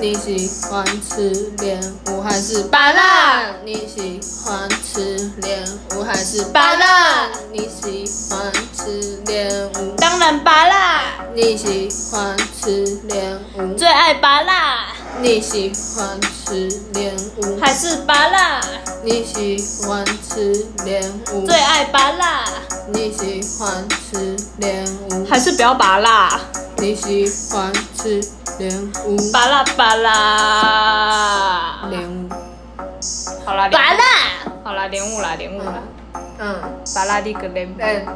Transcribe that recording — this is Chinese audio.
你喜欢吃莲雾还是芭乐？你喜欢吃莲雾还是芭乐？你喜欢吃莲雾？当然拔啦，你喜欢吃莲雾？最爱拔啦，你喜欢吃莲雾？还是拔啦，你喜欢吃莲雾？最爱拔啦，你喜欢吃莲雾？还是不要拔啦，你喜欢吃莲雾？拔啦拔啦，莲雾，好啦，拔啦，啦，好啦，连雾啦，连雾啦，嗯，拔啦的个连。嗯。